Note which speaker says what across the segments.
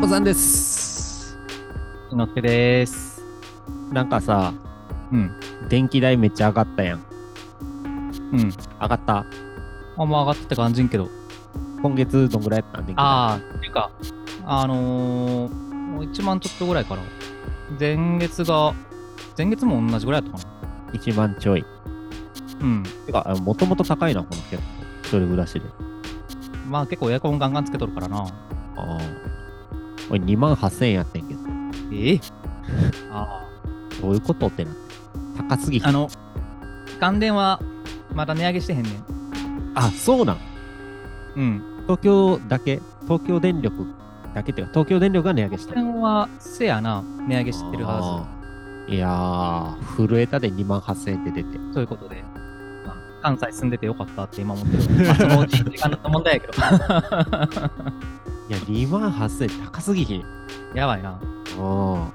Speaker 1: コさんです。
Speaker 2: しのすけです。
Speaker 1: なんかさ、
Speaker 2: うん。
Speaker 1: 電気代めっちゃ上がったやん。
Speaker 2: うん。
Speaker 1: 上がった。
Speaker 2: あんま上がってた感じんけど。
Speaker 1: 今月どんぐらいやったん電気代
Speaker 2: ああ、ていうか、あのー、もう1万ちょっとぐらいかな。前月が、前月も同じぐらいだったか
Speaker 1: 1万ちょい。
Speaker 2: な。うん。
Speaker 1: てか、もともと高いな、この結構。一人暮らしで。
Speaker 2: まあ結構エアコンガンガンつけとるからな。
Speaker 1: ああ。俺2万8000円やってんけど。
Speaker 2: ええ あ
Speaker 1: どういうことってなって。高すぎ
Speaker 2: あ。あの、関電はまだ値上げしてへんねん。
Speaker 1: あ、そうなん。
Speaker 2: うん。
Speaker 1: 東京だけ東京電力だけっていうか、東京電力が値上げした。
Speaker 2: 関電は、せやな、値上げしてるは
Speaker 1: ず。いやー、震えたで2万8000円って出て。
Speaker 2: ず。ということで、まあ関西住んでてよかったって今思ってる。まあその時間の問題やけど。
Speaker 1: いや、2万8000円高すぎひん。
Speaker 2: やばいな。
Speaker 1: ああ。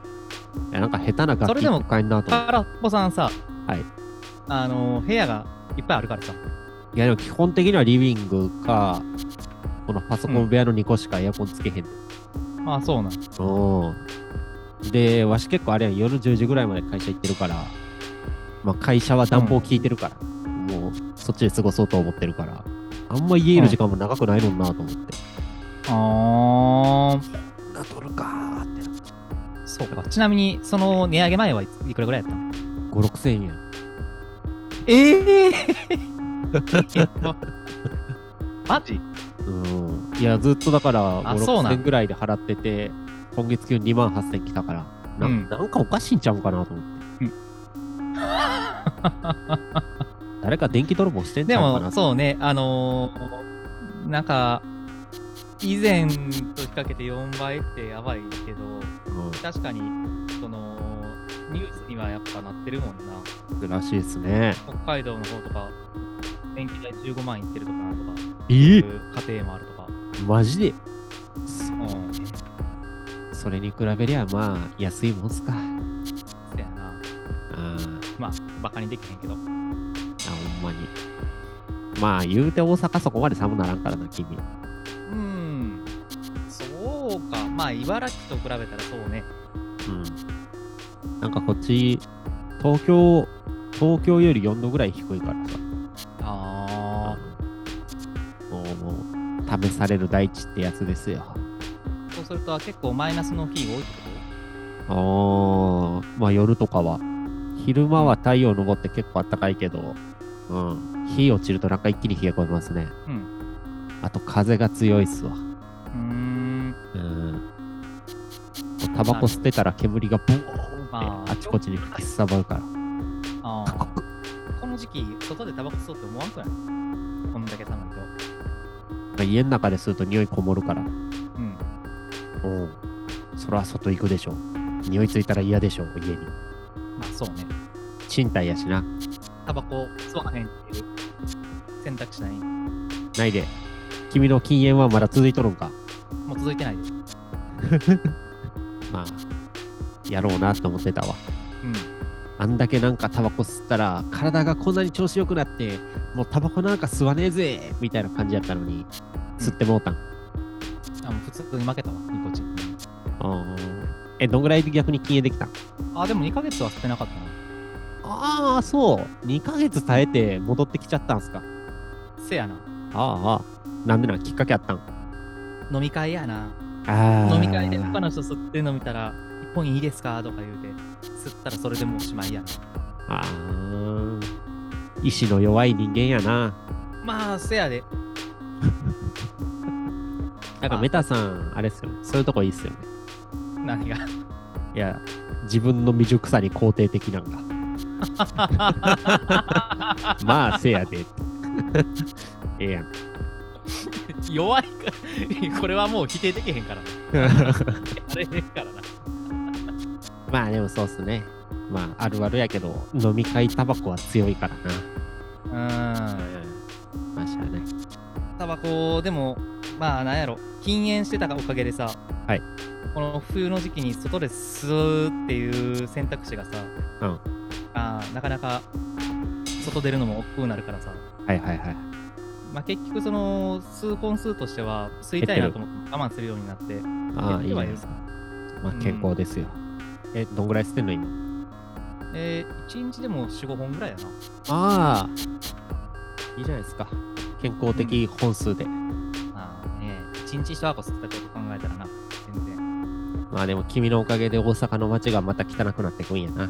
Speaker 1: いや、なんか下手な
Speaker 2: そ
Speaker 1: 楽
Speaker 2: れ
Speaker 1: 器
Speaker 2: でも
Speaker 1: 買えんなと思っ
Speaker 2: カラポさんさ、
Speaker 1: はい
Speaker 2: あの部屋がいっぱいあるからさ、
Speaker 1: て。いや、でも基本的にはリビングか、このパソコン部屋の2個しかエアコンつけへん。
Speaker 2: まあそうなん、
Speaker 1: うん。で、わし結構あれやん夜10時ぐらいまで会社行ってるから、まあ会社は暖房効いてるから、もうそっちで過ごそうと思ってるから、あんま家いる時間も長くないのになと思って。
Speaker 2: あ
Speaker 1: なとるかーってなって。
Speaker 2: ー、そうか、ちなみに、その値上げ前はいついくらぐらいやったの
Speaker 1: 5、6000円やん。
Speaker 2: ええー、マジ
Speaker 1: うん。いや、ずっとだから、
Speaker 2: あ
Speaker 1: 5、
Speaker 2: そう
Speaker 1: 6000
Speaker 2: なん
Speaker 1: 円ぐらいで払ってて、今月給2万8000来たから、な,、
Speaker 2: うん
Speaker 1: ん、なんかおかしいんちゃうかなと思って。
Speaker 2: うん
Speaker 1: 誰か電気泥棒してんち
Speaker 2: で
Speaker 1: ゃうか
Speaker 2: も、
Speaker 1: な
Speaker 2: そうね、あのー、なんか、以前と比較けて4倍ってやばいけど、確かに、その、ニュースにはやっぱなってるもんな。
Speaker 1: うん、らしいですね。
Speaker 2: 北海道の方とか、電気代15万いってるとかなんとか、
Speaker 1: え
Speaker 2: い
Speaker 1: ー
Speaker 2: う家庭もあるとか、
Speaker 1: マジで
Speaker 2: うん、そ
Speaker 1: そそれに比べりゃまあ安いもんすか。あ
Speaker 2: うやな、
Speaker 1: ー
Speaker 2: まあ、バカにできへんけど、
Speaker 1: あ、ほんまに。まあ言うて大阪そこまで寒ならんからな、君。
Speaker 2: うん、そうか、まあ、茨城と比べたらそうね、
Speaker 1: うん。なんかこっち、東京、東京より4度ぐらい低いからさ。
Speaker 2: あ
Speaker 1: もう、もう、試される大地ってやつですよ。
Speaker 2: あ、そうすると結構マイナスの日が多いってこ
Speaker 1: あー、まあ夜とかは。昼間は太陽昇って結構暖かいけど、うん。日落ちるとなんか一気に冷え込みますね。
Speaker 2: とうん、
Speaker 1: あと風が強いっすわ。
Speaker 2: うーん、
Speaker 1: うん。タバコ捨てたら煙がブーンって
Speaker 2: あー
Speaker 1: あちこちに吹きすさばるから。
Speaker 2: ああ、この時期、外でタバコ吸おうって思わんくないこんだけ寒いと。
Speaker 1: まあ家の中ですると匂いこもるから。
Speaker 2: うん、
Speaker 1: うん。そら外行くでしょ。匂いついたら嫌でしょ、家に。
Speaker 2: まあそうね、
Speaker 1: 賃貸やしな。
Speaker 2: タバコ吸わへんっていう選択肢ない、も
Speaker 1: ないで。君の禁煙はまだ続いとるんか。
Speaker 2: う続いてないです。
Speaker 1: まあ、やろうなと思ってたわ。
Speaker 2: うん
Speaker 1: あんだけなんかタバコ吸ったら、体がこんなに調子良くなって、もうタバコなんか吸わねえぜみたいな感じやったのに、吸ってもうたん。
Speaker 2: あもう普通に負けたわ、ニコチン。
Speaker 1: うんえ、どんぐらいで逆に禁煙できたん
Speaker 2: あ、でも2ヶ月は吸ってなかったな。
Speaker 1: ああ、そう。2ヶ月耐えて戻ってきちゃったんすか。
Speaker 2: せやな。
Speaker 1: ああ、なんでなんきっかけあったん
Speaker 2: 飲み会やな。
Speaker 1: あ
Speaker 2: 飲み会で他の人吸って飲みたら、一本いいですかとか言うて、吸ったらそれでもうおしまいやな。
Speaker 1: ああ。意志の弱い人間やな。
Speaker 2: まあ、せやで。
Speaker 1: なんかメタさん、あれっすよね。そういうとこいいっすよね。
Speaker 2: 何が。
Speaker 1: いや、自分の未熟さに肯定的なん だ。まあ、せやで。ええ やん。
Speaker 2: 弱いか。 これはもう否定できへんからな。 あれへんからな。
Speaker 1: まあ、でもそうっすね。まあ、あるあるやけど、飲み会タバコは強いからな。
Speaker 2: うーん。
Speaker 1: まあ、しゃあない。
Speaker 2: タバコでも、まあ、なんやろ。禁煙してたおかげでさ、
Speaker 1: はい
Speaker 2: この冬の時期に外で吸うっていう選択肢がさ、
Speaker 1: うん
Speaker 2: あーなかなか外出るのも億劫になるからさ、
Speaker 1: はいはいはい。
Speaker 2: まあ、結局その数本数としては吸いたいなと思って我慢するようになって
Speaker 1: ああ、いいじゃ
Speaker 2: 減って
Speaker 1: な
Speaker 2: はいい
Speaker 1: で
Speaker 2: る
Speaker 1: すか。まあ、健康ですよ。え、どんぐらい吸ってんの今。
Speaker 2: えー、1日でも45本ぐらいやな
Speaker 1: ああ、いいじゃないですか。健康的本数で。
Speaker 2: まあね1日1箱吸ったこと考えたらな全然
Speaker 1: まあでも君のおかげで大阪の街がまた汚くなってくんやな。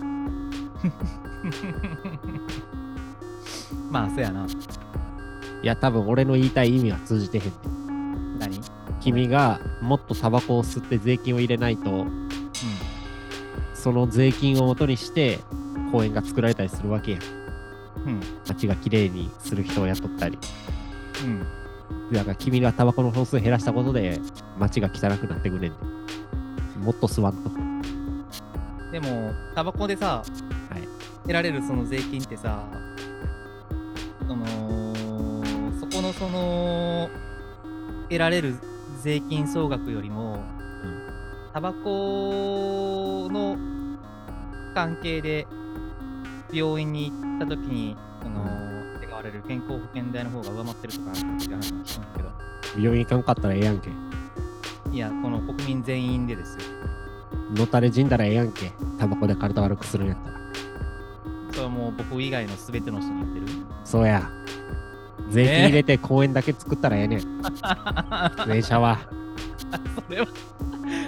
Speaker 2: まあそうやない
Speaker 1: や多分俺の言いたい意味は通じてへん。
Speaker 2: 何うん
Speaker 1: 君がもっとタバコを吸って税金を入れないと、その税金を元にして公園が作られたりするわけや。
Speaker 2: うん
Speaker 1: 街が綺麗にする人を雇ったり。
Speaker 2: うん
Speaker 1: だから君がタバコの本数減らしたことで街が汚くなってくれんで。もっと吸わんと。
Speaker 2: でもタバコでさ、
Speaker 1: はい
Speaker 2: 得られるその税金ってさそのそこのその得られる税金総額よりも、
Speaker 1: ん
Speaker 2: タバコの関係で病院に行った時にその、手がわれる健康保険代の方が上回ってるとかって話も聞くんだけど
Speaker 1: 病院行かんかったらええやんけ。
Speaker 2: いやこの国民全員でですよ
Speaker 1: のたれ死んだらええやんけ。タバコで体悪くするんやったら。
Speaker 2: それはもう僕以外の全ての人に言ってる
Speaker 1: そうや。税金入れて公園だけ作ったらええねん。電車は。
Speaker 2: それは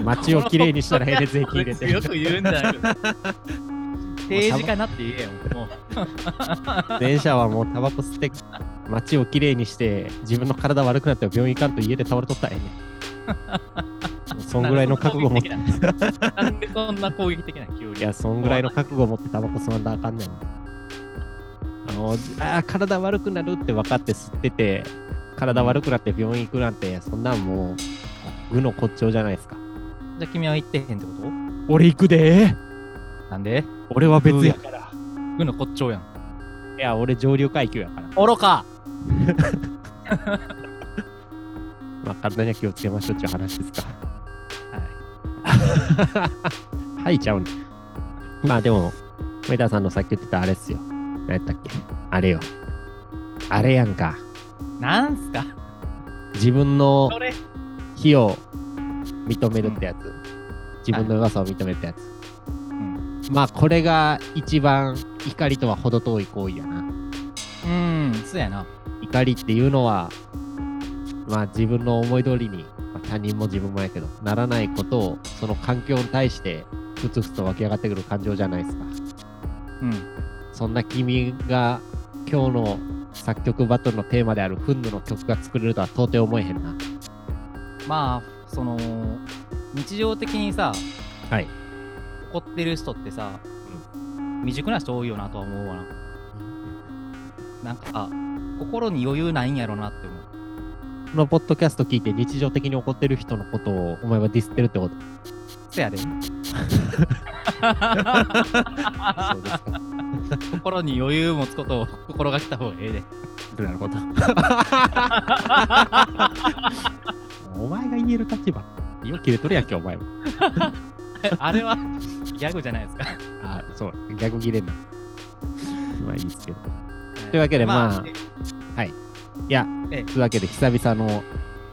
Speaker 1: 街をきれいにしたらええで税金入れ て。
Speaker 2: よく言うんだよ。政治家なって言えよ、もう。
Speaker 1: 電車はもうタバコ吸って、街をきれいにして、自分の体悪くなっても病院行かんと家で倒れとったらええ ねん。そんぐらいの覚悟を持って、い
Speaker 2: なんでそんな攻撃的な、急に。
Speaker 1: や、そんぐらいの覚悟を持ってタバコ吸わんだらあかんねん。あのあー体悪くなるって分かって吸ってて、体悪くなって病院行くなんて、そんなんもう、愚の骨頂じゃないですか。
Speaker 2: じゃあ君は言ってへんってこと
Speaker 1: 俺行くで
Speaker 2: なんで
Speaker 1: 俺は別やから。
Speaker 2: 軍の骨頂やん。
Speaker 1: いや、俺上流階級やから。
Speaker 2: 愚か
Speaker 1: まあ、体には気をつけましょうっていう話ですか。
Speaker 2: は
Speaker 1: はいちゃうねまあでも、メタさんのさっき言ってたあれっすよ。何やったっけあれよ。あれやんか。
Speaker 2: い。なんすか
Speaker 1: 自分の
Speaker 2: それ
Speaker 1: 非を認めるってやつ。自分の弱さを認めるってやつ。
Speaker 2: ん
Speaker 1: まあこれが一番怒りとは程遠い行為やな。
Speaker 2: うーん、そうやな。
Speaker 1: 怒りっていうのは、まあ自分の思い通りに、まあ他人も自分もやけど、ならないことを、その環境に対して、ふつふつと湧き上がってくる感情じゃないですか。
Speaker 2: うん。
Speaker 1: そんな君が今日の作曲バトルのテーマであるフンヌの曲が作れるとは到底思えへんな。
Speaker 2: まあ、その、日常的にさ、
Speaker 1: はい。
Speaker 2: 怒ってる人ってさ、未熟な人多いよなとは思うわな。なんか、心に余裕ないんやろなって思う。
Speaker 1: このポッドキャスト聞いて日常的に怒ってる人のことをお前はディスってるってこと
Speaker 2: せやで。
Speaker 1: そうですか。
Speaker 2: 心に余裕持つことを心がけた方がええで。
Speaker 1: な るほど。お前が言える立場。よ、切れとるやんけ、お前も。
Speaker 2: あれはギャグじゃないですか。
Speaker 1: あ、そう、逆切れんな。まあいいですけど。 というわけでまあいや、
Speaker 2: ええ
Speaker 1: というわけで久々の、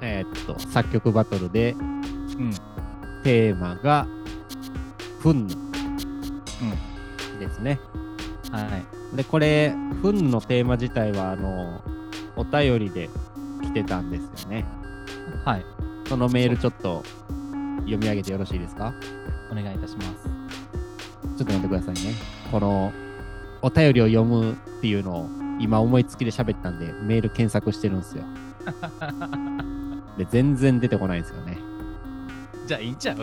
Speaker 1: えーっと、作曲バトルで、
Speaker 2: うん
Speaker 1: テーマが、フンヌですね。
Speaker 2: あ、はい。
Speaker 1: で、これ、フンのテーマ自体は、あの、お便りで来てたんですよね。
Speaker 2: はい。
Speaker 1: そのメールちょっと読み上げてよろしいですか
Speaker 2: お願いいたします。
Speaker 1: ちょっと待ってくださいね。この、お便りを読むっていうのを、今思いつきで喋ったんで、メール検索してるんですよ。で、全然出てこないんですよね。
Speaker 2: じゃあいいんちゃう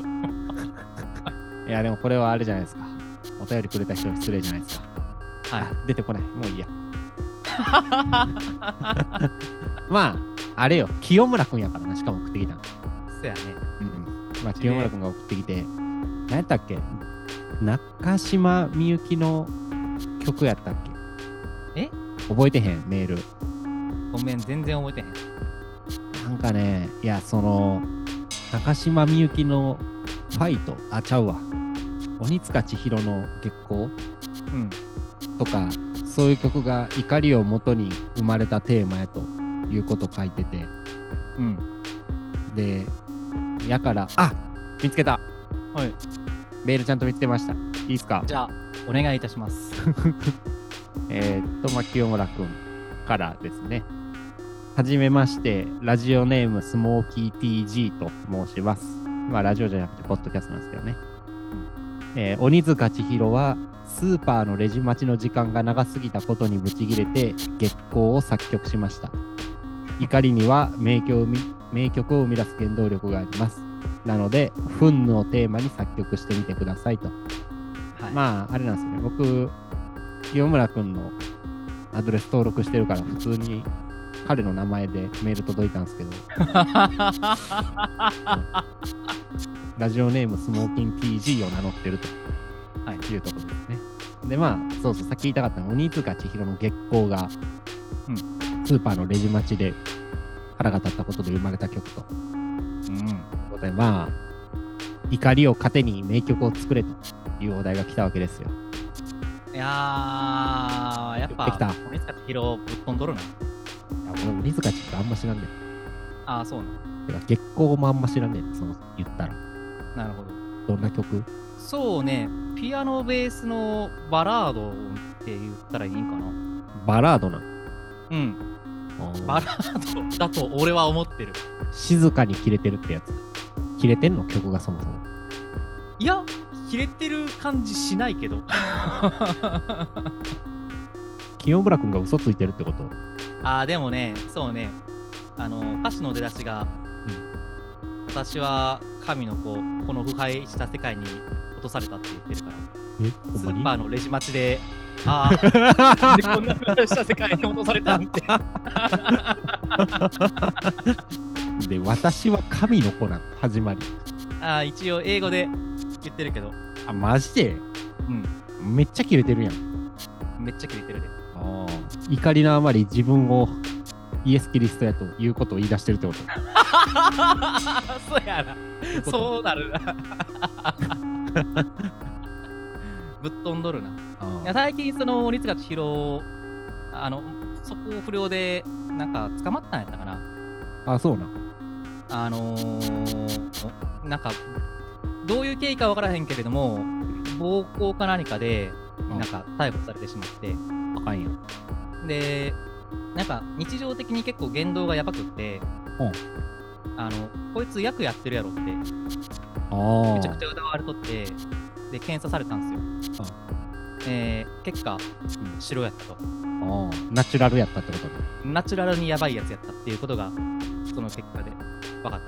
Speaker 1: いや、でもこれはあれじゃないですか。お便りくれた人に失礼じゃないですか。
Speaker 2: は
Speaker 1: あ出てこない。もういいや。まあ、あれよ。清村くんやからな。しかも送ってきたの。
Speaker 2: い。せやね。
Speaker 1: まあ、清村くんが送ってきて、何やったっけ中島みゆきの曲やったっけ
Speaker 2: え
Speaker 1: 覚えてへん、メール。
Speaker 2: ごめん、全然覚えてへん。
Speaker 1: なんかね、いや、その、中島みゆきのファイト、あ、ちゃうわ。鬼塚千尋の月光
Speaker 2: うん。
Speaker 1: とかそういう曲が怒りをもとに生まれたテーマやということ書いてて、
Speaker 2: うん。
Speaker 1: で、やから、あ見つけた
Speaker 2: はい。
Speaker 1: メールちゃんと見つけました。いいっすか
Speaker 2: じゃあ、お願いいたし ます。
Speaker 1: えーっと、まあ、清村くんからですね。はじめまして、ラジオネームスモーキー TG と申します。まあ、ラジオじゃなくて、ポッドキャストなんですけどね。えー鬼塚千尋は、スーパーのレジ待ちの時間が長すぎたことにブチギレて、月光を作曲しました。怒りには名曲を生み名曲を生み出す原動力があります。なので、憤怒をテーマに作曲してみてくださいと。
Speaker 2: はい。
Speaker 1: まあ、あれなんですよね。僕、清村くんのアドレス登録してるから、普通に彼の名前でメール届いたんです けど、ラジオネームスモーキン PG を名乗ってると
Speaker 2: はい
Speaker 1: いうところですね。で、まあ、そうそう、さっき言いたかったのは、鬼塚千尋の月光が、
Speaker 2: うん
Speaker 1: スーパーのレジ待ちで腹が立ったことで生まれた曲と。
Speaker 2: うん。
Speaker 1: ということで、まあ、怒りを糧に名曲を作れというお題が来たわけですよ。
Speaker 2: いやー、やっ
Speaker 1: できた
Speaker 2: ぱ、鬼塚千尋ぶっ飛んどるな。
Speaker 1: いや俺、鬼塚千尋あんま知らんねん。
Speaker 2: あー、そうな
Speaker 1: てか月光もあんま知らねえその言ったら
Speaker 2: の。なるほど。
Speaker 1: どんな曲
Speaker 2: そうね、ピアノベースのバラードって言ったらいいんかな。
Speaker 1: バラードなの
Speaker 2: うん、
Speaker 1: あー
Speaker 2: バラードだと俺は思ってる。
Speaker 1: 静かに切れてるってやつ切れてんの曲がそもそも
Speaker 2: いや、切れてる感じしないけど。
Speaker 1: 清村君が嘘ついてるってこと
Speaker 2: ああ、でもね、そうね、あの、歌詞の出だしが、私は神の子、この腐敗した世界に落とされたって言ってるから。
Speaker 1: えほ
Speaker 2: ス
Speaker 1: ん
Speaker 2: ーパ
Speaker 1: ま
Speaker 2: ー
Speaker 1: に
Speaker 2: のレジ待ち で、ああ、なんでこんな腐敗した世界に落とされたんって。
Speaker 1: で私は神の子なんだ始まり
Speaker 2: ああ、一応英語で言ってるけど、
Speaker 1: あマジで
Speaker 2: うん、
Speaker 1: めっちゃ切れてるやん
Speaker 2: めっちゃ切れてるで。
Speaker 1: 怒りのあまり自分をイエス・キリストやということを言い出してるってこと
Speaker 2: そうやな。そうなる な。ぶっ飛んどるな。
Speaker 1: あ
Speaker 2: いや
Speaker 1: ー
Speaker 2: 最近、その、鬼塚千尋、あの、そこ不良で、なんか、捕まったんやったかな。
Speaker 1: あそうなん
Speaker 2: あのー、なんか、どういう経緯かわからへんけれども、暴行か何かで、なんか、逮捕されてしまって、
Speaker 1: あかんやん
Speaker 2: で、なんか日常的に結構言動がやばくって、あのこいつ役やってるやろって、め
Speaker 1: あー
Speaker 2: ちゃくちゃ疑われとって、で、検査されたんですよ。えー結果、白やったと。
Speaker 1: あーナチュラルやったってことね
Speaker 2: ナチュラルにやばいやつやったっていうことが、その結果で分かったと。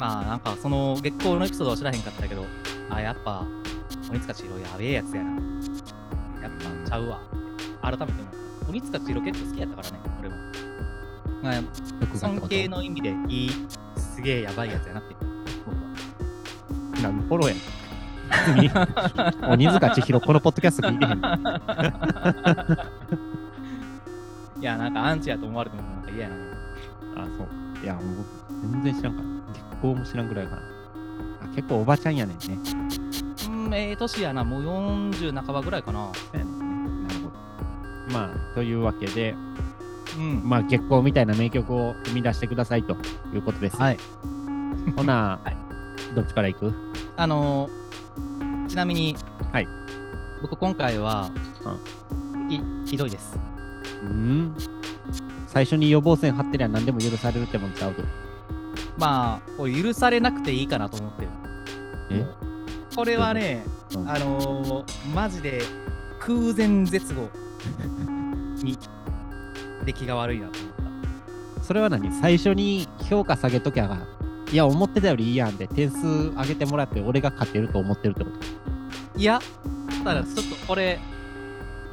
Speaker 2: まあ、なんかその月光のエピソードは知らへんかったけど、あ、やっぱ、鬼塚千尋やべえやつやな。やっぱちゃうわ。改めても、鬼塚千尋結構好きやったからね、俺も。まあ
Speaker 1: 曲がって
Speaker 2: 尊
Speaker 1: こと
Speaker 2: 敬の意味でいいすげえやばいやつやなって僕は
Speaker 1: 何のフォローやん。鬼塚千尋、このポッドキャスト聞いてへんの。
Speaker 2: いやなんかアンチやと思われてもなんか嫌やな
Speaker 1: あ、そう。いや、もう全然知らんから。結婚も知らんぐらいかな。あ結構おばちゃんやねんね。
Speaker 2: うんええ年やなもう40半ばぐらいかな
Speaker 1: なるほど。まあ、というわけで、
Speaker 2: うん
Speaker 1: まあ、結婚みたいな名曲を生み出してくださいということです。
Speaker 2: はい。
Speaker 1: ほな、
Speaker 2: はい
Speaker 1: どっちから行く
Speaker 2: あのーちなみに
Speaker 1: はい
Speaker 2: 僕今回は、いひどいです
Speaker 1: うん最初に予防線張ってりゃ何でも許されるってもんちゃうと。
Speaker 2: まあこれ許されなくていいかなと思ってる
Speaker 1: え
Speaker 2: これはね、
Speaker 1: うん
Speaker 2: あのーマジで空前絶後に出来が悪いなと思った
Speaker 1: それは何最初に評価下げときゃが、いや、思ってたよりいいやんって点数上げてもらって、俺が勝てると思ってるってこと。
Speaker 2: いや、ただちょっとこれ、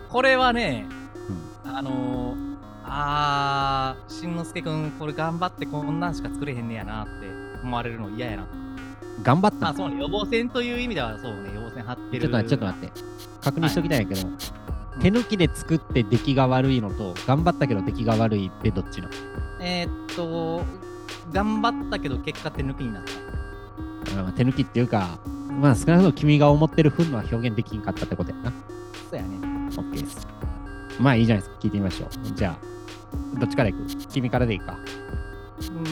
Speaker 2: これはね、あのー、あー、しんのすけくん、これ頑張ってこんなんしか作れへんねやなって思われるの嫌やな。
Speaker 1: 頑張った
Speaker 2: ま
Speaker 1: な
Speaker 2: あ、そうね、予防線という意味ではそうね、予防線張って
Speaker 1: ちょっ
Speaker 2: る。
Speaker 1: と待って、ちょっと待って。確認しときたいんやけど、
Speaker 2: い
Speaker 1: 手抜きで作って出来が悪いのと、頑張ったけど出来が悪いってどっちの
Speaker 2: えー、っと、頑張ったけど結果って抜きになった。
Speaker 1: うん手抜きっていうか、まあ少なくとも君が思ってる憤怒は表現できんかったってことやな。
Speaker 2: そうやね。
Speaker 1: OK です。まあいいじゃないですか。聞いてみましょう。じゃあ、どっちから行く君からでいいか。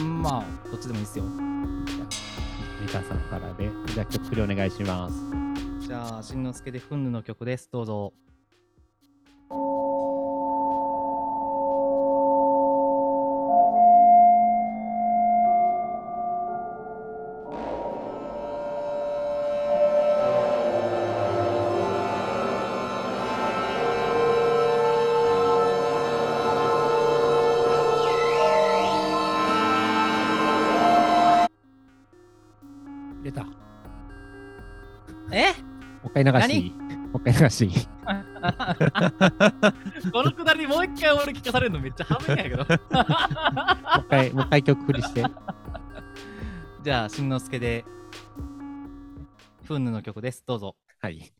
Speaker 3: うんまあ、どっちでもいいっすよ。
Speaker 1: ミカさんからで。じゃあ、曲振りお願いします。
Speaker 3: じゃあ、しんのすけでフンヌの曲です。どうぞ。
Speaker 1: 出た。も
Speaker 3: え
Speaker 1: う一回流していいもう一回流していい
Speaker 3: このくだりもう一回俺聞かされるのめっちゃハメやけど。
Speaker 1: もう一回、もう一回曲振りして。
Speaker 3: じゃあ、しんのすけでフンヌの曲です。どうぞ。
Speaker 1: はい。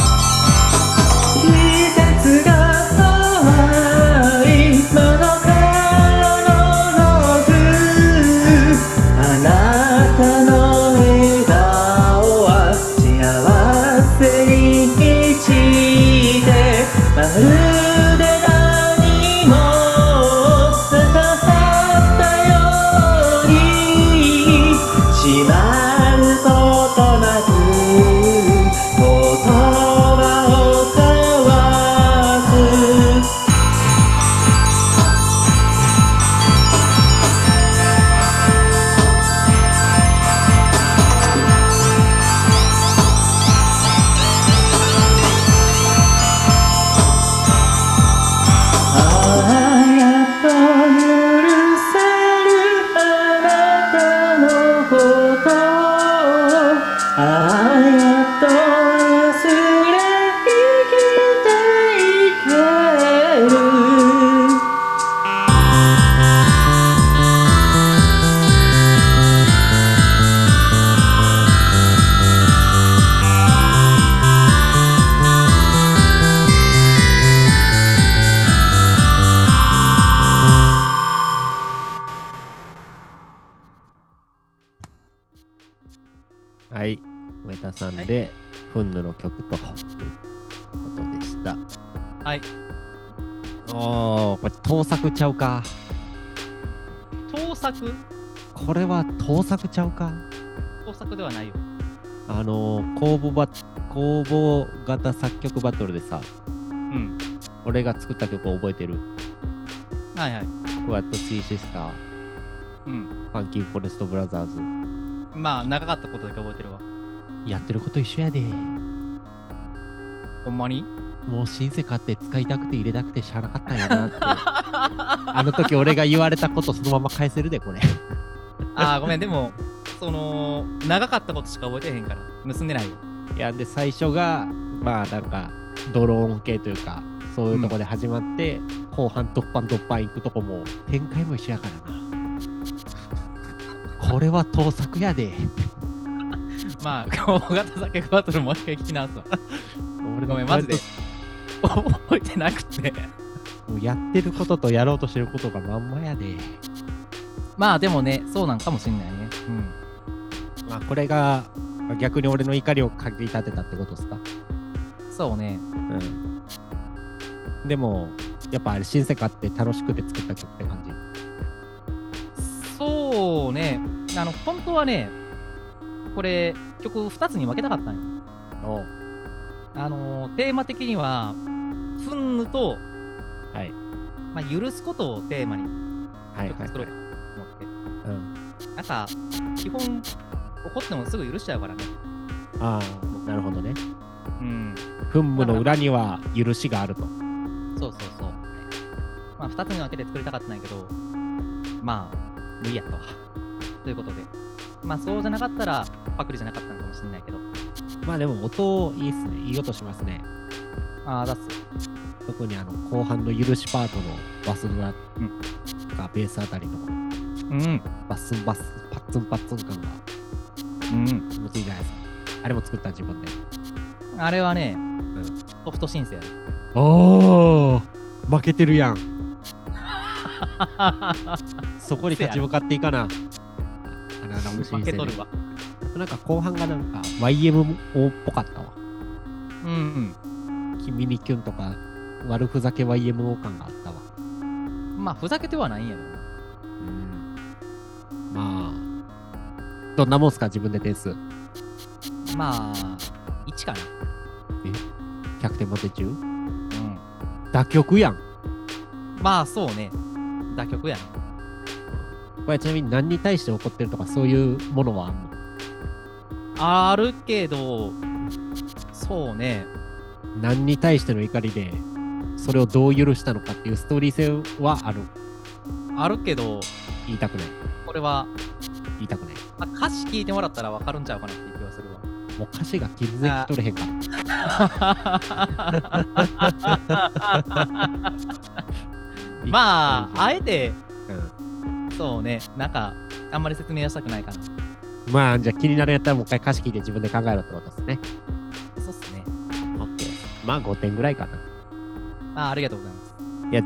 Speaker 2: 季節が変わり窓からのぞくあなたの笑顔は幸せに満ちてまるで何もなかったように閉まることなく言葉を交わすああやっと許せるあなたのことああやっと忘れ生きていける
Speaker 1: はい。上田さんで、フンヌの曲と、ことでした。
Speaker 3: はい。
Speaker 1: おー、これ盗作ちゃうか。
Speaker 3: 盗作
Speaker 1: これは盗作ちゃうか。
Speaker 3: 盗作ではないよ。
Speaker 1: あのー、公募ば、公募型作曲バトルでさ、
Speaker 3: うん。
Speaker 1: 俺が作った曲覚えてる。
Speaker 3: はいはい。
Speaker 1: クワットシーシスター、
Speaker 3: うん。
Speaker 1: ファンキーフォレストブラザーズ。
Speaker 3: まあ、長かったことだけ覚えてるわ。
Speaker 1: やってること一緒やで。
Speaker 3: ほんまに
Speaker 1: もうシンセ買って使いたくて入れたくてしゃあなかったんやな って。あの時俺が言われたことそのまま返せるで、これ。
Speaker 3: ああ、ごめん、でも、
Speaker 2: その長かったことしか覚えてへんから盗んでないよ
Speaker 1: いやで最初がまあなんかドローン系というかそういうとこで始まって、後半突破突破行くとこも展開も一緒やからなこれは盗作やで
Speaker 2: まあ 大型酒バトルもう一回聞き直すわ
Speaker 1: 俺
Speaker 2: ごめんマジで覚えてなくて
Speaker 1: もうやってることとやろうとしてることがまんまやで
Speaker 2: まあでもねそうなんかもしんないね
Speaker 1: まあこれが逆に俺の怒りを駆り立てたってことですか
Speaker 2: うんそうね
Speaker 1: うんでもやっぱあれ新世界って楽しくて作った曲って感じ
Speaker 2: そうねあの本当はねこれ曲2つに分けたかったんよ
Speaker 1: お
Speaker 2: あのーテーマ的には憤怒と、
Speaker 1: はい
Speaker 2: まあ、許すことをテーマに
Speaker 1: はい
Speaker 2: 曲
Speaker 1: はい
Speaker 2: 作ろうと思って、
Speaker 1: うん
Speaker 2: なんか基本怒ってもすぐ許しちゃうからね
Speaker 1: ああなるほどね
Speaker 2: うん
Speaker 1: 噴霧の裏には許しがあると
Speaker 2: そうそうそうまあ2つに分けて作りたかったんやけどまあ無理やったわということでまあそうじゃなかったらパクリじゃなかったのかもしれないけど
Speaker 1: まあでも音いいっすねいい音しますね
Speaker 2: ああだっす
Speaker 1: 特にあの後半の許しパートのバスドラがベースあたりの
Speaker 2: うん
Speaker 1: バッスンバッスンパッツンパッツン感が
Speaker 2: うん
Speaker 1: 気持ちいいじゃないですかあれも作った自分で
Speaker 2: あれはね、
Speaker 1: ん
Speaker 2: ソフト申請
Speaker 1: おお負けてるやんそこに立ち向かっていかなあらあら面白い
Speaker 2: 負け
Speaker 1: ですね
Speaker 2: とるわ
Speaker 1: なんか後半がなんか YMO っぽかったわ
Speaker 2: うんうん
Speaker 1: 君にキュンとか悪ふざけ YMO 感があったわ
Speaker 2: まあ、ふざけてはないんやけどな。
Speaker 1: うんまあどんなもんすか自分で点数
Speaker 2: まあ、1かな。
Speaker 1: 100点満点中
Speaker 2: う
Speaker 1: 打曲やん
Speaker 2: ん。まあ、そうね。打曲や
Speaker 1: これちなみに何に対して怒ってるとかそういうものはあんの
Speaker 2: な。あるけど、そうね。
Speaker 1: 何に対しての怒りでそれをどう許したのかっていうストーリー性はある
Speaker 2: あるけど、
Speaker 1: 言いたくない
Speaker 2: これは、
Speaker 1: 言いたくない
Speaker 2: まあ、歌詞聞いてもらったらわかるんちゃうかなっていう気はす るわ。
Speaker 1: もう歌詞が全然聞き取れへんから
Speaker 2: まあ、あ
Speaker 1: い、
Speaker 2: えて、
Speaker 1: う
Speaker 2: そうね。なんか、あんまり説明はしたくないかな。
Speaker 1: ん、まあじゃあ気になるやったらもう一回歌詞聞いて自分で考えろってことですね
Speaker 2: そうっすね。
Speaker 1: まあ5点ぐらいかな
Speaker 2: あありがとうございま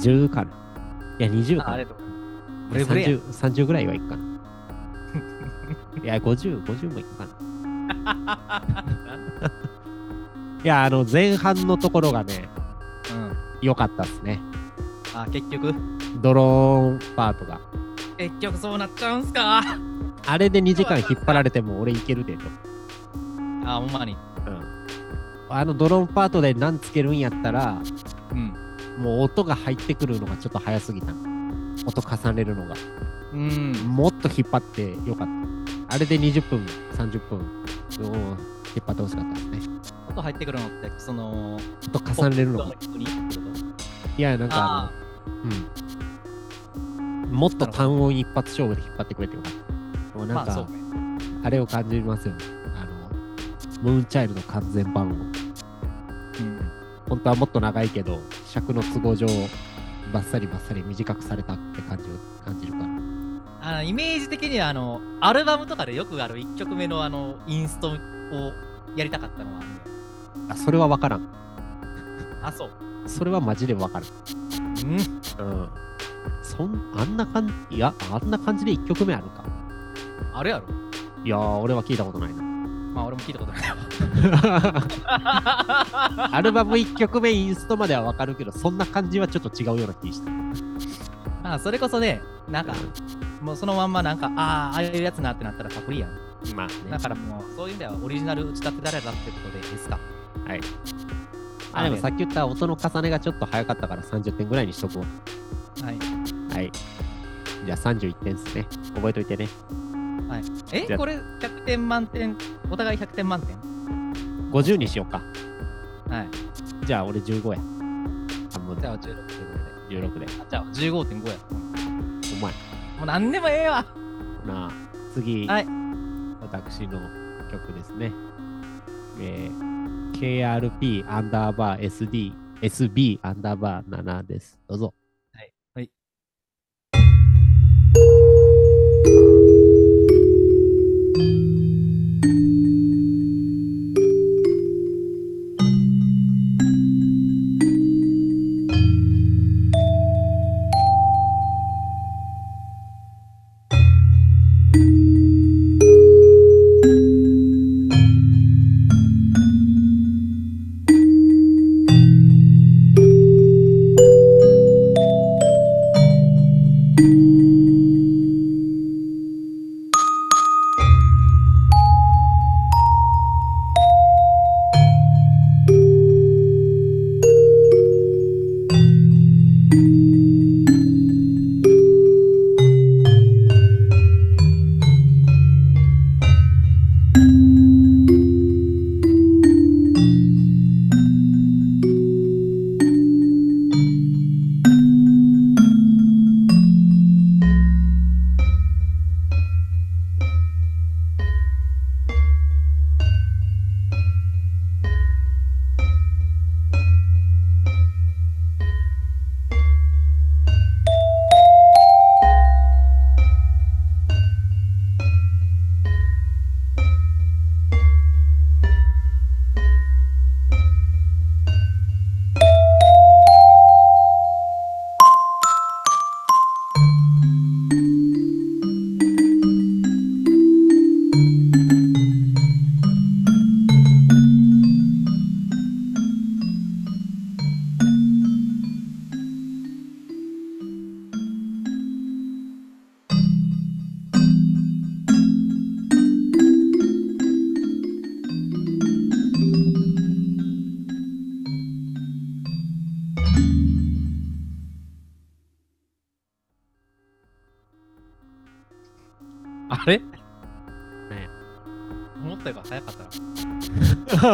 Speaker 2: す。
Speaker 1: いや10かないや20
Speaker 2: ああ
Speaker 1: かな
Speaker 2: り
Speaker 1: い
Speaker 2: がとうございます。ブレ
Speaker 1: や
Speaker 2: ブレや
Speaker 1: 30, 30ぐらいはいくかないや5050もいくか ないやあの前半のところがね
Speaker 2: うん。
Speaker 1: 良かったっすね
Speaker 2: あ、結局、
Speaker 1: ドローンパートが
Speaker 2: 結局そうなっちゃうんすか。あ
Speaker 1: あれで2時間引っ張られても俺いけるでと、
Speaker 2: あ、ほんまに。
Speaker 1: うん、あのドローンパートで何つけるんやったら
Speaker 2: うん。
Speaker 1: もう音が入ってくるのがちょっと早すぎた音重ねるのが
Speaker 2: うん。
Speaker 1: もっと引っ張ってよかったあれで20分30分を引っ張ってほしかったですね
Speaker 2: 音入ってくるのって、その、
Speaker 1: 音重ねるのが
Speaker 2: にってこと
Speaker 1: いやなん
Speaker 2: あ
Speaker 1: かあのうんもっと単音一発勝負で引っ張ってくれてよかったもう
Speaker 2: あ、
Speaker 1: な
Speaker 2: ま
Speaker 1: ん
Speaker 2: あそう
Speaker 1: か
Speaker 2: ね。
Speaker 1: あれを感じますよねあのムーンチャイルド完全版を
Speaker 2: うん
Speaker 1: 本当はもっと長いけど尺の都合上バッサリバッサリ短くされたって感じを感じるから
Speaker 2: あのイメージ的にはあのアルバムとかでよくある1曲目のあのインストをやりたかったのはあんね
Speaker 1: あそれは分からん
Speaker 2: あそう
Speaker 1: それはマジで分からん
Speaker 2: うん
Speaker 1: うんそんあんな感じいやあんな感じで1曲目あるか
Speaker 2: あれやろ
Speaker 1: いやー俺は聞いたことないな
Speaker 2: まあ俺も聞いたことないわ
Speaker 1: アルバム1曲目インストまでは分かるけどそんな感じはちょっと違うような気がした
Speaker 2: まあそれこそねなんかもうそのまんまなんかああああいうやつなってなったらパクリやん
Speaker 1: まあね
Speaker 2: だからもうそういう意味ではオリジナル打ち立てられたってことでいいですか
Speaker 1: はいあでもさっき言った音の重ねがちょっと早かったから30点ぐらいにしとこう
Speaker 2: はい
Speaker 1: はいじゃあ31点ですね覚えといてねじゃ
Speaker 2: え
Speaker 1: あ
Speaker 2: これ100点満点お互い100点満点
Speaker 1: 50にしようか
Speaker 2: はい
Speaker 1: じゃあ俺15や。半分
Speaker 2: じ
Speaker 1: で
Speaker 2: ゃあ16ということで
Speaker 1: 16で。
Speaker 2: あじゃあ15.5や
Speaker 1: お前、
Speaker 2: もう何でもええわ
Speaker 1: なあ、次、
Speaker 2: はい
Speaker 1: 私の曲ですね。えー KRP アンダーバー SD、SB アンダーバー7です。どうぞ。
Speaker 2: あれ
Speaker 1: ね
Speaker 2: 思ったより早かったな。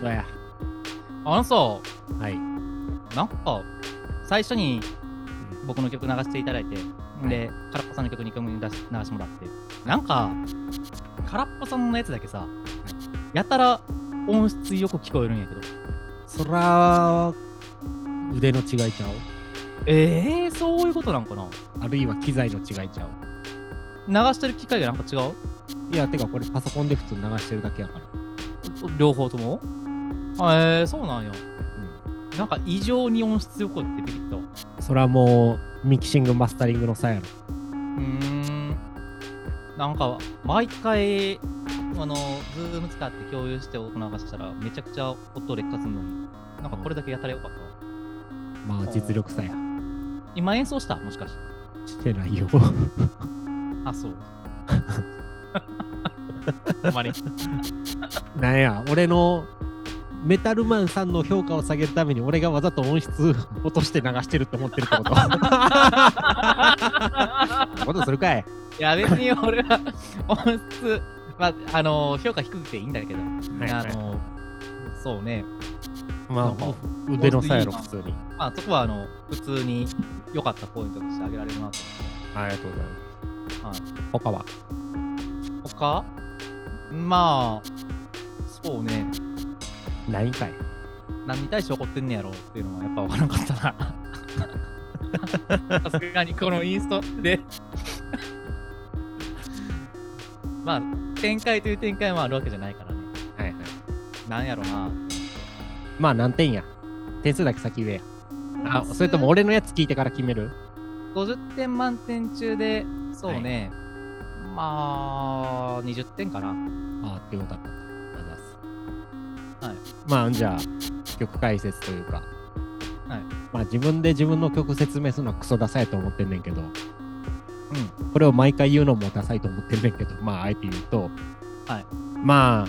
Speaker 1: どうや。
Speaker 2: あのさ、
Speaker 1: はい。
Speaker 2: なんか、最初に僕の曲流していただいて、で、空っぽさんの曲2曲目に出し流してもらって、なんか、空っぽさんのやつだけさ、やたら音質よく聞こえるんやけど、
Speaker 1: そら、腕の違いちゃう
Speaker 2: えー、そういうことなんかな
Speaker 1: あるいは機材の違いちゃう
Speaker 2: 流してる機械がなんか違う
Speaker 1: いや、てかこれパソコンで普通に流してるだけやから。
Speaker 2: 両方ともえー、そうなんや。なんか異常に音質よくってビビったわ。
Speaker 1: そらもう、ミキシング、マスタリングの差やろ。
Speaker 2: うーんなんか毎回あの Zoom 使って共有して音流したらめちゃくちゃ音劣化するのになんかこれだけやたらよかったわ
Speaker 1: まあ実力差や。
Speaker 2: 今演奏したもしかして
Speaker 1: してないよ。
Speaker 2: あそうあまり
Speaker 1: なんや、俺のメタルマンさんの評価を下げるために俺がわざと音質 落として流してるって思ってるってことそんなことするかい
Speaker 2: いや別に俺は音質、まあ、あの評価低くていいんだけど、
Speaker 1: はいはい
Speaker 2: あのそうね
Speaker 1: まあ
Speaker 2: なんか
Speaker 1: もう腕の差やろ普通に。
Speaker 2: まあそこはあの普通に良かったポイントとしてあげられるなと
Speaker 1: ありがとうござい
Speaker 2: 思って、はい
Speaker 1: ます。他は
Speaker 2: 他まあ、そうね。
Speaker 1: ないんかい
Speaker 2: 何に対して怒ってんねやろうっていうのはやっぱ分からんかったな。 さすがにこのインストで。 まあ、展開という展開もあるわけじゃないからね。
Speaker 1: はいはい。
Speaker 2: なんやろな。
Speaker 1: まあ何点や点数だけ先上や。あ、それとも俺のやつ聞いてから決める
Speaker 2: 50点満点中で、そうね。まあ、20点かな。
Speaker 1: ああ、ってことだった。あざっす。
Speaker 2: はい。
Speaker 1: まあじゃあ、曲解説というか。
Speaker 2: はい。
Speaker 1: まあ自分で自分の曲説明するのはクソダサいと思ってんねんけど。
Speaker 2: う
Speaker 1: これを毎回言うのもダサいと思ってるんだけど、まあ、あえて言うと、
Speaker 2: はい
Speaker 1: ま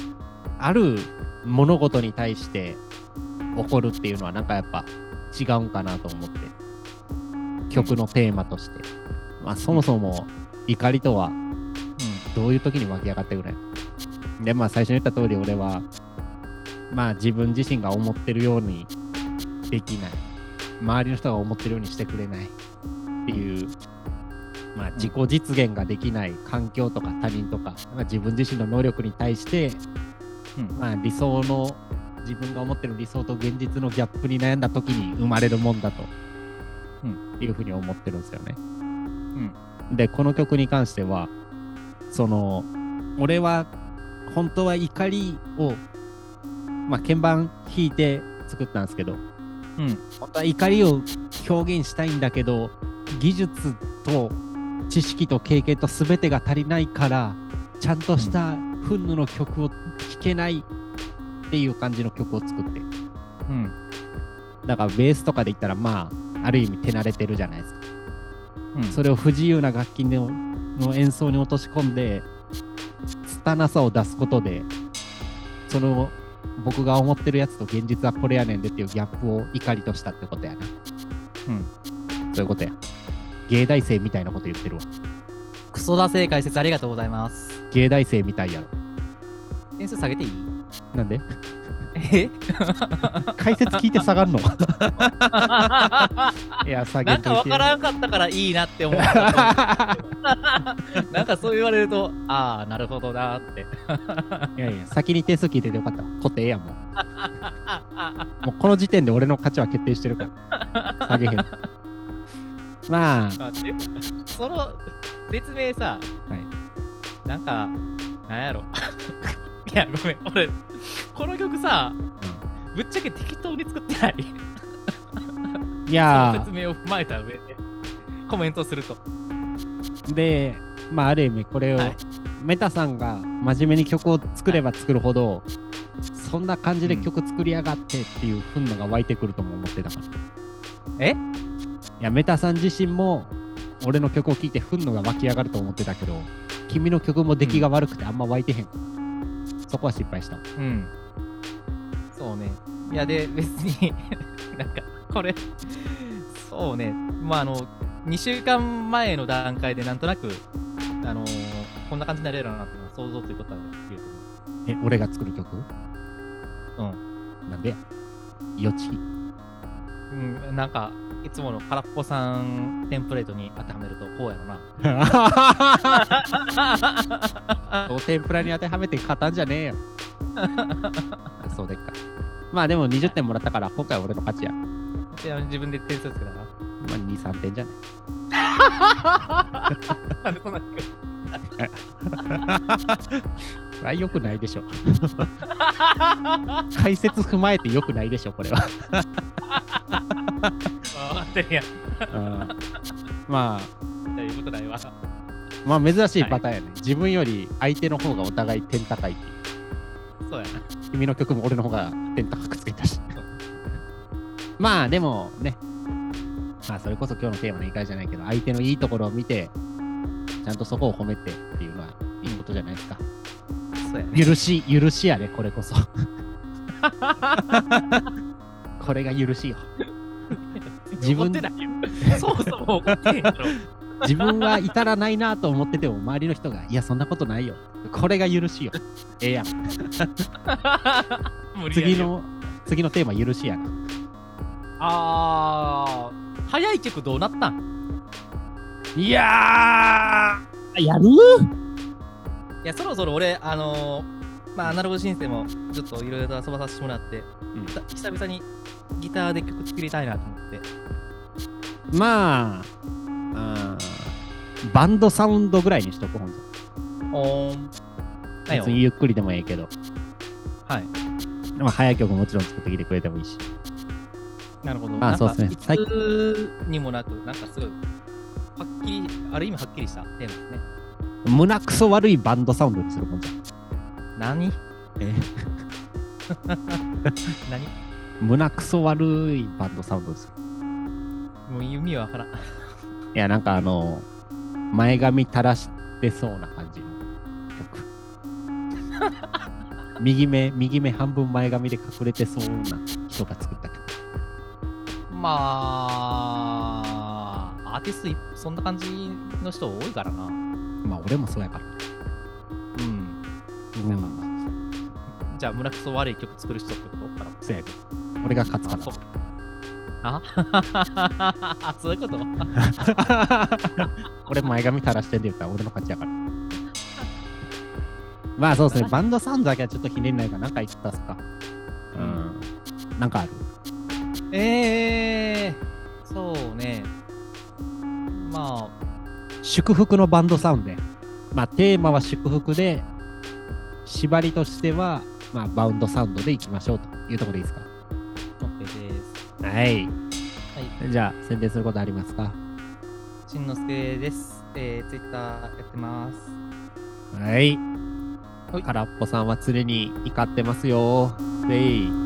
Speaker 1: あ、ある物事に対して怒るっていうのは、なんかやっぱ違うんかなと思って、曲のテーマとして。まあ、そもそも怒りとはどういう時に湧き上がってくるいで、まあ、最初に言った通り、俺は、まあ、自分自身が思ってるようにできない。周りの人が思ってるようにしてくれないっていうまあ、自己実現ができない環境とか他人とか、まあ、自分自身の能力に対して、
Speaker 2: うん
Speaker 1: まあ、理想の自分が思ってる理想と現実のギャップに悩んだ時に生まれるもんだと、いうふうに思ってるんですよね。でこの曲に関してはその俺は本当は怒りを、まあ、鍵盤弾いて作ったんですけど
Speaker 2: うん
Speaker 1: 本当は怒りを表現したいんだけど技術と知識と経験と全てが足りないからちゃんとした憤怒の曲を弾けないっていう感じの曲を作って
Speaker 2: うん
Speaker 1: だからベースとかで言ったらまあある意味手慣れてるじゃないですか。
Speaker 2: うん
Speaker 1: それを不自由な楽器のの演奏に落とし込んで拙さを出すことでその僕が思ってるやつと現実はこれやねんでっていうギャップを怒りとしたってことやな
Speaker 2: うん
Speaker 1: そういうことや芸大生みたいなこと言ってるわ
Speaker 2: クソだ正解説ありがとうございます
Speaker 1: 芸大生みたいやろ
Speaker 2: 点数下げていい
Speaker 1: なんで
Speaker 2: え
Speaker 1: 解説聞いて下 がるのいや下げ
Speaker 2: なん
Speaker 1: て
Speaker 2: かわからんかったからいいなって思ったなんかそう言われるとああなるほどなーって
Speaker 1: いやいや先に点数聞いててよかったわこってええやんもうもうこの時点で俺の勝ちは決定してるから下げへ んまあ
Speaker 2: 待ってその説明さ、なんかなんやろ いやごめん俺この曲さ、ぶっちゃけ適当に作ってない
Speaker 1: い
Speaker 2: その
Speaker 1: や
Speaker 2: 説明を踏まえた上でコメントすると
Speaker 1: ーで、まあ、ある意味これを、
Speaker 2: はい
Speaker 1: メタさんが真面目に曲を作れば作るほど、そんな感じで曲作りやがってっていう憤怒が湧いてくるとも思ってたから。
Speaker 2: え
Speaker 1: いや、メタさん自身も、俺の曲を聴いて憤怒が湧き上がると思ってたけど、君の曲も出来が悪くてあんま湧いてへんから。そこは失敗した。
Speaker 2: うん。そうね。いや、で、別に、 なんか、これ、そうね。まあ、あの、2週間前の段階で、なんとなく、あのーこんな感じになれるなっていうのは想像ということはできる
Speaker 1: え、俺が作る曲
Speaker 2: と思う。
Speaker 1: なんで予知。
Speaker 2: うん。うん、なんか、いつもの空っぽさんテンプレートに当てはめると、こうやろな。
Speaker 1: お天ぷらに当てはめて勝たんじゃねえよ。 そうでっか。まあでも20点もらったから、今回は俺の勝ちや。ま
Speaker 2: いや自分で点数つけたな。
Speaker 1: あ2、3点じゃね
Speaker 2: なんでこんな
Speaker 1: あ、よくないで しょ。解説踏まえてよくないでしょ、これは。
Speaker 2: あってるやん。
Speaker 1: うんまあ、
Speaker 2: ということないわ。
Speaker 1: まあ珍しいパターンやね。自分より相手の方がお互い点高いっていう。
Speaker 2: そうやな。
Speaker 1: 君の曲も俺の方が点高くつけたし。まあでもね、まあそれこそ今日のテーマの言い換えじゃないけど、相手のいいところを見て、ちゃんとそこを褒めてっていうのはいいことじゃないですか。
Speaker 2: そうやね。
Speaker 1: 許し、許しやね、これこそ。 これが許しよ。自分
Speaker 2: 怒ってないよ。そもそも怒ってんやろ。
Speaker 1: 自分は至らないなと思ってても、周りの人が、いや、そんなことないよ。これが許しよ。ええやん。
Speaker 2: 無理やり
Speaker 1: 次の、次のテーマ、許しやな。
Speaker 2: あー早い曲どうなったん
Speaker 1: いやーやる
Speaker 2: いやそろそろ俺あのーまあアナログシンセもちょっといろいろと遊ばさせてもらって、
Speaker 1: ん
Speaker 2: た久々にギターで曲作りたいなと思って
Speaker 1: まあ、あーバンドサウンドぐらいにしとく、ほんと
Speaker 2: おーんはいよ
Speaker 1: 別にゆっくりでもええけど。
Speaker 2: はい
Speaker 1: まあ、早い曲もちろん作ってきてくれてもいいし。
Speaker 2: なるほど
Speaker 1: まあ
Speaker 2: なん
Speaker 1: そう
Speaker 2: か
Speaker 1: っすね
Speaker 2: いつにもなくなんかすごいはっきりある意味はっきりしたテーマですね
Speaker 1: 胸くそ悪いバンドサウンドにする、ほんと
Speaker 2: 何
Speaker 1: え
Speaker 2: 何
Speaker 1: 胸くそ悪いバンドサウンドです
Speaker 2: もう弓はわからん
Speaker 1: いや、なんかあの、前髪垂らしてそうな感じの曲。 右目、右目半分前髪で隠れてそうな人が作った曲。
Speaker 2: まあアーティストいそんな感じの人多いからな
Speaker 1: まあ、俺もそうやから。
Speaker 2: うん
Speaker 1: うん。
Speaker 2: じゃあ、村くそ悪い曲作る人ってことかな
Speaker 1: そうやけど。俺が勝つか
Speaker 2: あそう
Speaker 1: ら。
Speaker 2: あそういう こと
Speaker 1: 俺前髪垂らしてんで言ったら俺の勝ちやから。 まあそうですね、バンドサウンドだけはちょっとひねんないから、なんか言ったっすか。うん。なんかある。
Speaker 2: ええそうね。ま
Speaker 1: 祝福のバンドサウンドや。まあテーマは祝福で、縛りとしては、まあバウンドサウンドでいきましょうというところでいいですか。
Speaker 2: あ、OK です。
Speaker 1: はい。
Speaker 2: はい。
Speaker 1: じゃあ宣伝することありますか
Speaker 2: しんのすけです。えー、ツイッターやってます。
Speaker 1: はい
Speaker 2: はい。
Speaker 1: 空っぽさんは常に怒ってますよ。でい。